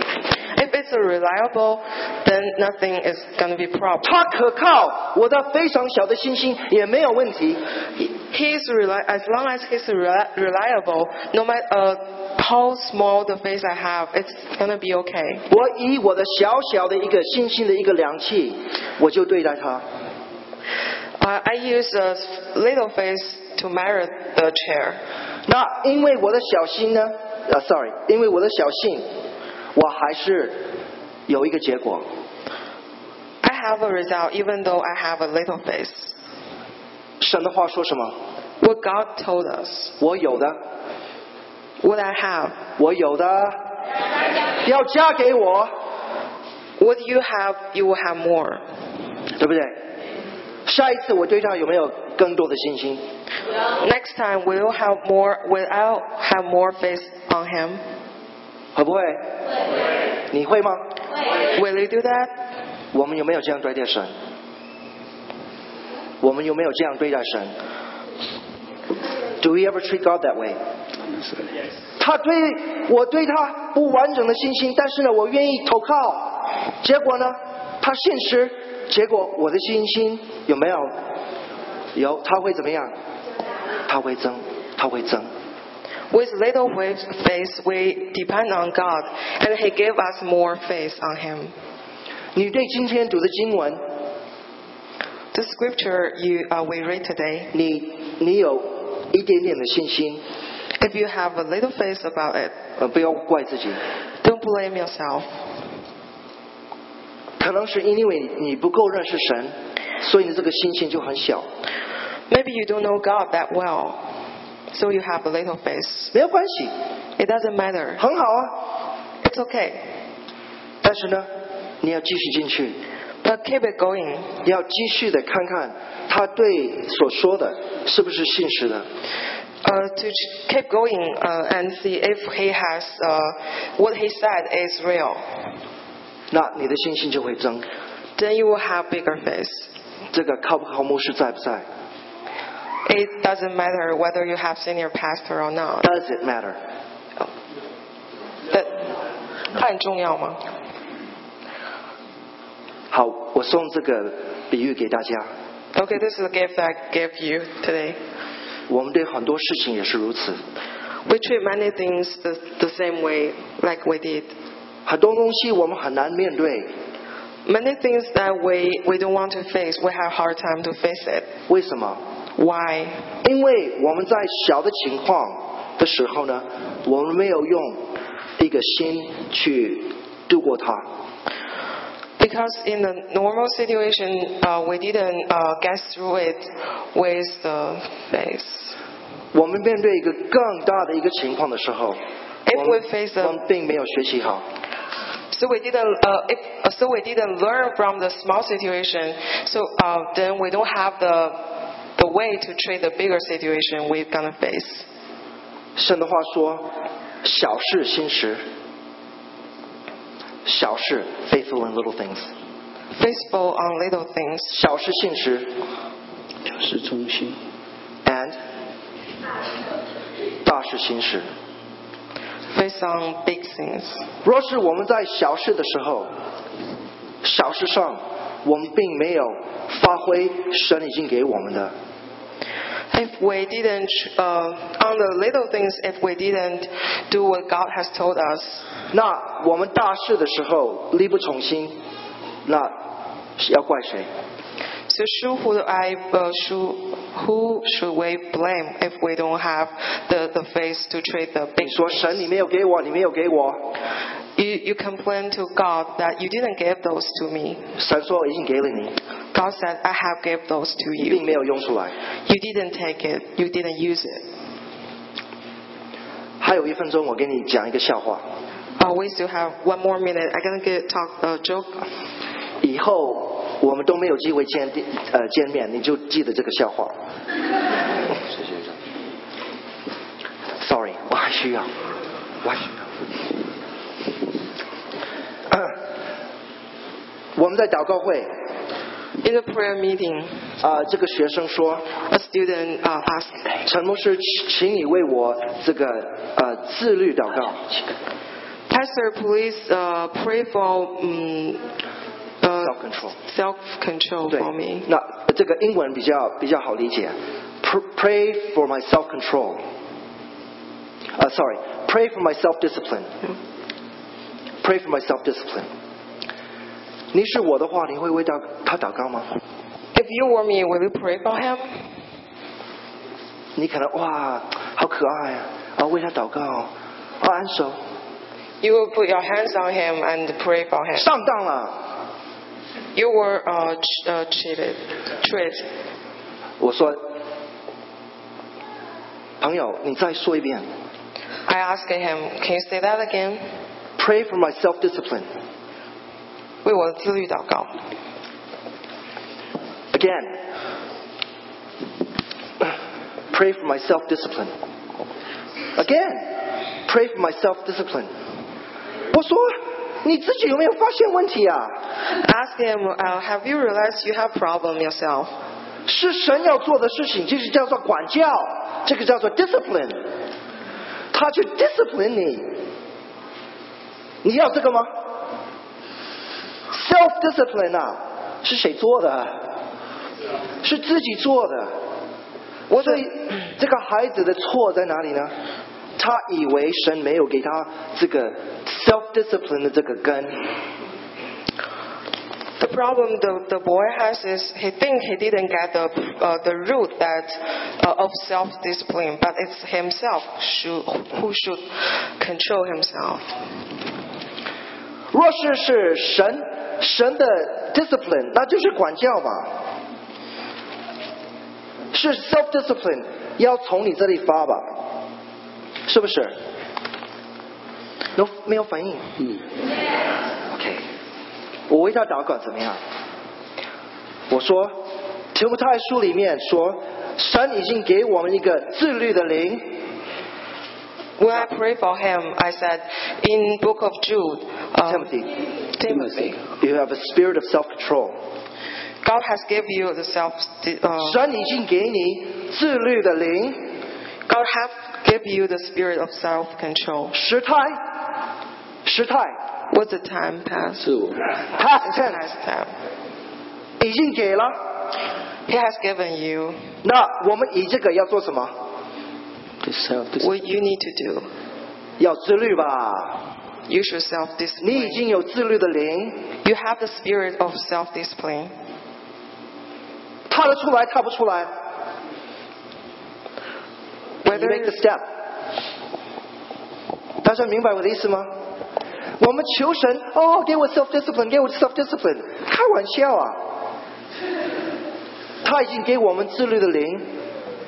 Speaker 3: If it's reliable, then nothing is going to be problem.
Speaker 2: 它可靠，我的非常小的信心也没有问题。
Speaker 3: He is reli- as long as he's reli- reliable, no matter uh, how small the faith I have, it's going to be okay.
Speaker 2: 我以我的小小的一个信心的一个量器，我就对待它。
Speaker 3: Uh, I use a little faith to measure the chair.
Speaker 2: 那因为我的小心呢？呃、s o r r y 因为我的小信，我还是有一个结果。
Speaker 3: I have a result even though I have a little faith.
Speaker 2: 神的话说什么？
Speaker 3: What God told us.
Speaker 2: 我有的，
Speaker 3: what I have.
Speaker 2: 我有的，要加给我。
Speaker 3: What you have, you will have more.
Speaker 2: 对不对？下一次我对他有没有更多的信心？
Speaker 3: Next time we'll have more will I have more faith on him?
Speaker 2: 会不会？你会吗？
Speaker 3: Will you do that?
Speaker 2: 我们有没有这样对待神？我们有没有这样对待神？Do we ever treat God that way？他对我对他不完整的信心，但是呢，我愿意投靠。结果呢，他现实，结果我的信心有没有？有，他会怎么样？他会增，他会增。
Speaker 3: With little wa- faith we depend on God and he gave us more faith on him.
Speaker 2: 你对今天读的经文，
Speaker 3: The scripture you uh, we read today,
Speaker 2: 你你有一点点的信心，
Speaker 3: if you have a little faith about it,
Speaker 2: 呃，不要怪自己。
Speaker 3: don't blame yourself.
Speaker 2: 可能是因为你不够认识神，所以你这个信心就很小。
Speaker 3: Maybe you don't know God that well, so you have a little faith.
Speaker 2: 没有关系，
Speaker 3: It doesn't matter.
Speaker 2: 很好啊。
Speaker 3: It's okay.
Speaker 2: 但是呢，你要继续进去，
Speaker 3: But keep it going.
Speaker 2: 你要继续的看看他对所说的是不是信实的。
Speaker 3: Uh, to ch- keep going uh, and see if he has uh, what he said is real.
Speaker 2: 那你的信心就会增。
Speaker 3: Then you will have bigger faith.
Speaker 2: 这个靠不靠牧师在不在
Speaker 3: It doesn't matter whether you have senior pastor or not.
Speaker 2: ？Does it matter？
Speaker 3: That 它很重要吗？
Speaker 2: 好，我送这个比喻给大家。
Speaker 3: Okay, this is a gift I gave you today.
Speaker 2: 我们对很多事情也是如此，
Speaker 3: We treat many things the, the same way, like we did.
Speaker 2: 很多东西我们很难面对，
Speaker 3: Many things that we, we don't want to face, we have hard time to face it.
Speaker 2: 为什么？
Speaker 3: Why?
Speaker 2: 因为我们在小的情况的时候呢，我们没有用一个心去度过它。
Speaker 3: Because in the normal situation, uh, we didn't uh, get through it with the face.
Speaker 2: 我们面对一个更大的一个情况的时候，
Speaker 3: If
Speaker 2: 我们
Speaker 3: we face a-
Speaker 2: 我们并没有学习好，
Speaker 3: So we didn't, uh, if, uh, so we didn't learn from the small situation. So uh, then we don't have the the way to treat the bigger situation we're gonna face.
Speaker 2: 神的话说：“小事心实，小事 faithful in little things，
Speaker 3: Faithful on little things
Speaker 2: 小事信实
Speaker 5: 就是中心。
Speaker 2: and 大事心实。
Speaker 3: based on big things.
Speaker 2: 若是我们在小事的时候，小事上我们并没有发挥神已经给我们的，
Speaker 3: If we didn't, uh, on the little things, if we didn't do what God has told us,
Speaker 2: 那我们大事的时候力不从心，那是要怪谁？
Speaker 3: so should who I uh, should, who should we blame if we don't have the, the face to treat the big
Speaker 2: 你说神，你没有给我，你没有给我，
Speaker 3: You, you complain to God that you didn't give those to me.
Speaker 2: 神说我已经给了你，
Speaker 3: God said, I have gave those to
Speaker 2: 你
Speaker 3: you.
Speaker 2: 并没有用出来。
Speaker 3: You didn't take it. You didn't use it.
Speaker 2: 还有一分钟，我给你讲一个笑话。
Speaker 3: Uh, we still have one more minute. I'm gonna get talk uh, joke.
Speaker 2: 以后我们都没有机会见呃见面，你就记得这个笑 [laughs] 话。谢谢 Sorry，我还需要，我还需要。 [coughs] 我们在祷告会，
Speaker 3: In a prayer meeting,
Speaker 2: 啊、这个学生说
Speaker 3: a student uh, asked,：“
Speaker 2: 陈牧师，请你为我这个呃自律祷告。
Speaker 3: Pastor, please uh, pray for um, uh,
Speaker 2: Self-control.
Speaker 3: self-control
Speaker 2: 对
Speaker 3: for me.
Speaker 2: 那这个英文比较比较好理解，pr-，pray for my self control。呃、s o r r y p r a y for my self discipline。Pray for my self discipline。你是我的话，你会为祷他祷告吗？
Speaker 3: If you were me, will you pray for him?
Speaker 2: 你可能哇，好可爱啊！啊，为他祷告，啊，安手，
Speaker 3: You will put your hands on him and pray for him.
Speaker 2: 上当了。
Speaker 3: You were uh, ch- uh, cheated. Tricked.
Speaker 2: 我说，朋友，你再说一遍
Speaker 3: I asked him, can you say that again?
Speaker 2: ，Pray for my self discipline。
Speaker 3: 为我自律祷告。
Speaker 2: Again, pray for my self discipline. Again, pray for my self discipline. 我说，你自己有没有发现问题啊？
Speaker 3: Ask him, uh, have you realized you have problem yourself?
Speaker 2: 是神要做的事情，就是叫做管教，这个叫做 discipline。他去 discipline 你，你要这个吗？self discipline 啊，是谁做的？是自己做的。我所以这个孩子的错在哪里呢？他以为神没有给他这个 self discipline 的这个根，
Speaker 3: The problem the, the boy has is he think he didn't get the, uh, the root that uh, of self-discipline, but it's himself should, who should control himself.
Speaker 2: 若是是神神的 discipline，那就是管教吧，是 self discipline 要从你这里发吧，是不是？有没有反应？
Speaker 5: 嗯
Speaker 2: OK，我为他祷告怎么样？我说，提摩太书里面说，神已经给我们一个自律的灵，
Speaker 3: When I pray for him, I said in book of Jude, um,
Speaker 2: Timothy.
Speaker 3: Timothy,
Speaker 2: You have a spirit of self control。
Speaker 3: God has given you the self. Uh,
Speaker 2: 神已经给你自律的灵，
Speaker 3: God have given you the spirit of self-control.
Speaker 2: 时态，时态
Speaker 3: What's the time pass?
Speaker 5: 自我
Speaker 2: past tense
Speaker 3: Past time.
Speaker 2: 已经给了，
Speaker 3: He has given you
Speaker 2: 那我们以这个要做什么？
Speaker 5: 的 self
Speaker 3: what you need to do.
Speaker 2: 要自律吧，
Speaker 3: You should self
Speaker 2: 你已
Speaker 3: discipline.
Speaker 2: 经有自律的灵，
Speaker 3: You have the spirit of self discipline.
Speaker 2: 踏得出来，踏不出来。Can you
Speaker 3: Whether-
Speaker 2: make the step，大家明白我的意思吗？我们求神哦，给我 self discipline，给我 self discipline，开玩笑啊！他已经给我们自律的灵，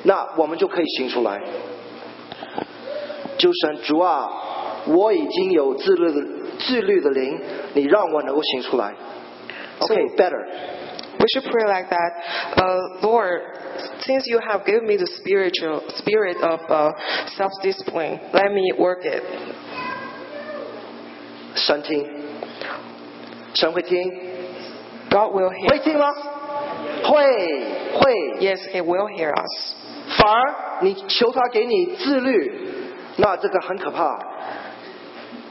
Speaker 2: 那我们就可以行出来。就神主啊，我已经有自律的自律的灵，你让我能够行出来。
Speaker 3: So-
Speaker 2: OK，better、
Speaker 3: We should pray like that. Uh, Lord, since you have given me the spiritual spirit of uh, self discipline, let me work it.
Speaker 2: 神听，神会听，
Speaker 3: God will
Speaker 2: 会
Speaker 3: hear.
Speaker 2: 听吗？会会。
Speaker 3: Yes, He will hear us.
Speaker 2: 反而你求他给你自律，那这个很可怕。啊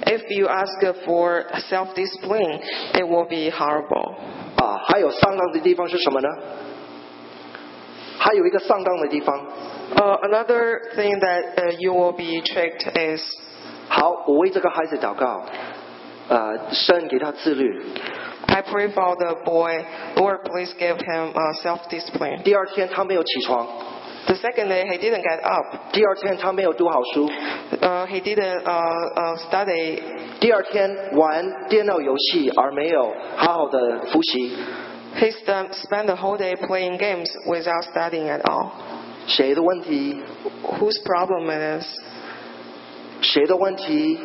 Speaker 3: If you ask for self discipline, it will be horrible.
Speaker 2: 啊，还有上当的地方是什么呢？还有一个上当的地方。
Speaker 3: Uh, another thing that uh, you will be tricked is
Speaker 2: 好，我为这个孩子祷告，呃，神给他自律。
Speaker 3: I pray for the boy, Lord, please give him uh, self discipline.
Speaker 2: 第二天他没有起床，
Speaker 3: The second day, he didn't get up.
Speaker 2: 第二天他没有读好书，
Speaker 3: Uh, he didn't uh, uh, study.
Speaker 2: 第二天玩电脑游戏而没有好好的复习，
Speaker 3: He st- spent the whole day playing games without studying at all.
Speaker 2: 谁的问题？
Speaker 3: Whose problem it is?
Speaker 2: 谁的问题？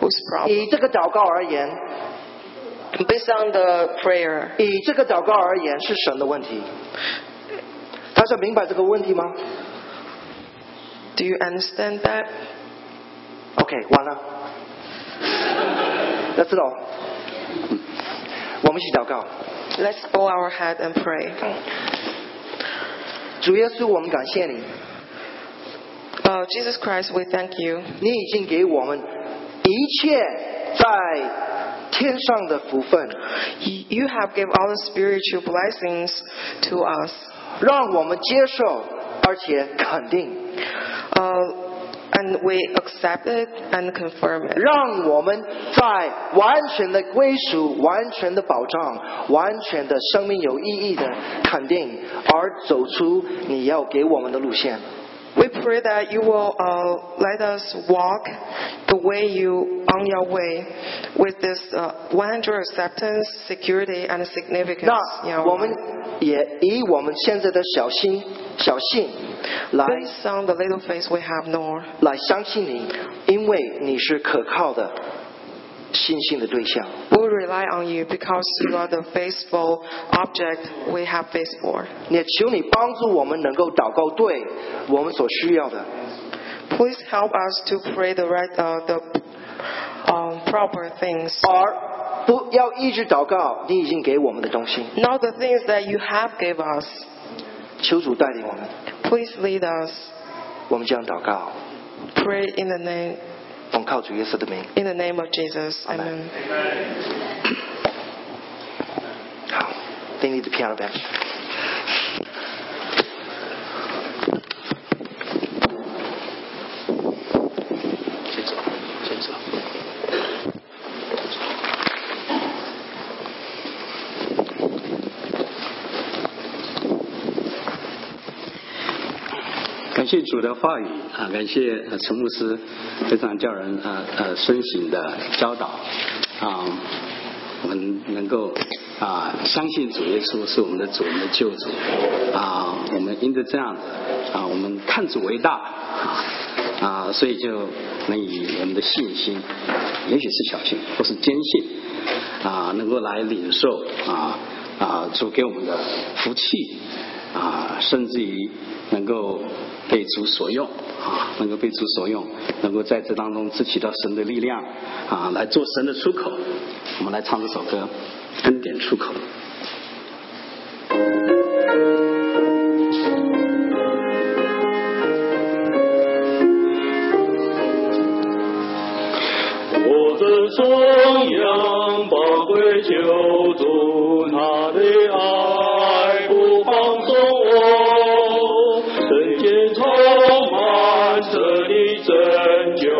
Speaker 3: Whose problem?
Speaker 2: 以这个祷告而言，
Speaker 3: Based on the prayer,
Speaker 2: 以这个祷告而言是神的问题。大家明白这个问题吗？
Speaker 3: do you understand that?
Speaker 2: OK，完了，要知道，我们一起祷告。
Speaker 3: Let's bow our head and pray.
Speaker 2: 主耶稣，我们感谢你，
Speaker 3: Uh, Jesus Christ, we thank you.
Speaker 2: 你已经给我们一切在天上的福分，
Speaker 3: You you have given all the spiritual blessings to us.
Speaker 2: 让我们接受而且肯定，
Speaker 3: Uh, and we accept it and confirm it.
Speaker 2: 让我们在完全的归属、完全的保障、完全的生命有意义的肯定，而走出你要给我们的路线。
Speaker 3: We pray that you will uh, let us walk the way you on your way with this uh, 100 acceptance, security, and significance. in
Speaker 2: 那
Speaker 3: our
Speaker 2: 我们
Speaker 3: life.
Speaker 2: 也以我们现在的小心、小信来
Speaker 3: based on the little faith we have known,
Speaker 2: 来相信你，因为你是可靠的，信心的对象。
Speaker 3: We rely on you because you are the faithful object we have faith for.
Speaker 2: 也求你帮助我们能够祷告对我们所需要的，
Speaker 3: Please help us to pray the right, uh, the um, proper things,
Speaker 2: 而不要一直祷告你已经给我们的东西。
Speaker 3: not the things that you have gave us.
Speaker 2: 求主带领我们，
Speaker 3: Please lead us.
Speaker 2: 我们这样祷告，
Speaker 3: Pray in the name,
Speaker 2: 奉靠主耶稣的名。
Speaker 3: in the name of Jesus. Amen.
Speaker 2: 好，They need the piano back.
Speaker 5: 先走，先走。感谢主的话语啊，感谢呃陈牧师非常叫人呃呃深省的教导啊，我们能够啊相信主耶稣是我们的主，我们的救主啊，我们因着这样子啊，我们看主为大啊啊，所以就能以我们的信心，也许是小信或是坚信啊，能够来领受啊啊主给我们的福气啊，甚至于能够被主所用啊，能够被主所用，能够在这当中支起到神的力量啊，来做神的出口。我们来唱这首歌《恩典出口》。
Speaker 6: 我的中央宝贵救主，他的爱不放松我，人间充满着你拯救，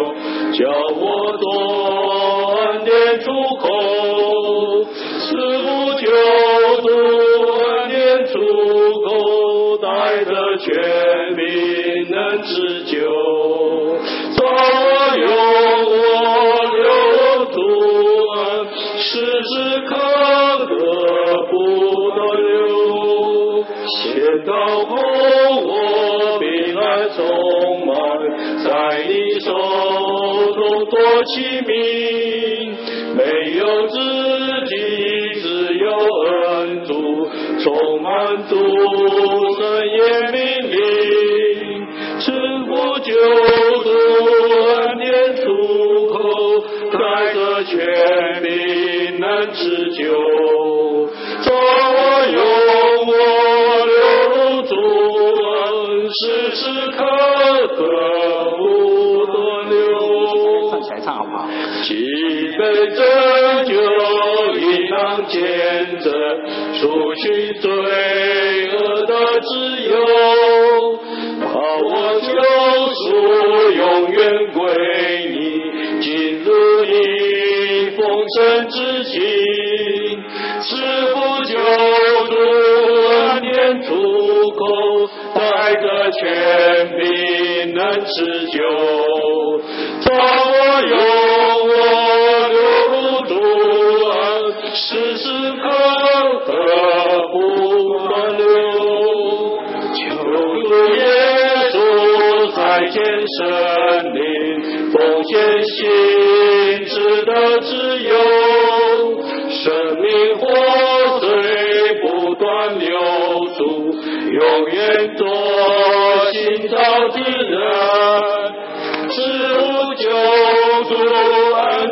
Speaker 6: 叫我做恩典出口，是不救主恩典出口，带着全民能自救，造我有我有主恩，时时刻刻不倒流。先到后我平安充满，在你手中多起名，没有自己，只有恩主，充满主神也命令，赐福救主恩典出口，带着全民能自救。左右我留住恩，时时刻刻不多留。
Speaker 5: 唱起来唱好不好？
Speaker 6: 既被拯救，应当见证除去罪恶的自由，把我救赎，永远归你，进入你丰盛之境，是不救主恩典出口，带着全民能持久，造我有我留不住啊，时时刻刻不断流，求主耶稣再见神灵，奉献心智的自由，生命活水不断流出，永远做新造之人。是无救主恩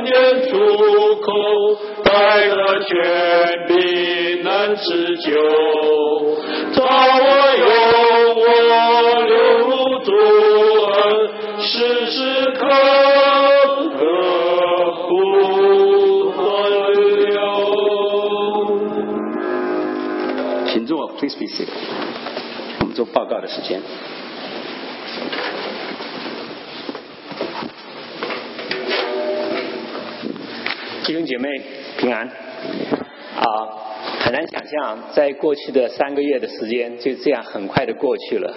Speaker 6: 典出口，带着全民能持久。造我有我流入主恩，时时刻刻不断流。
Speaker 5: 请坐，please be seated。我们做报告的时间。
Speaker 7: 弟兄姐妹平安啊！很难想象，在过去的三个月的时间就这样很快的过去了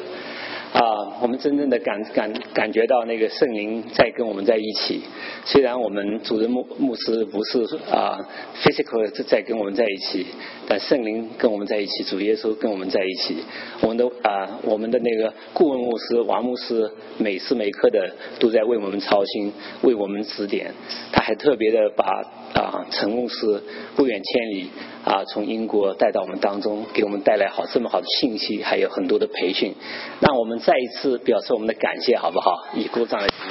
Speaker 7: 啊！我们真正的感感感觉到那个圣灵在跟我们在一起。虽然我们主任牧牧师不是啊、physical 在在跟我们在一起，但圣灵跟我们在一起，主耶稣跟我们在一起。我们的啊、我们的那个顾问牧师王牧师，每时每刻的都在为我们操心，为我们指点。他还特别的把啊、陈牧师不远千里啊、从英国带到我们当中，给我们带来好这么好的信息，还有很多的培训，让我们再一次表示我们的感谢，好不好？以鼓掌来。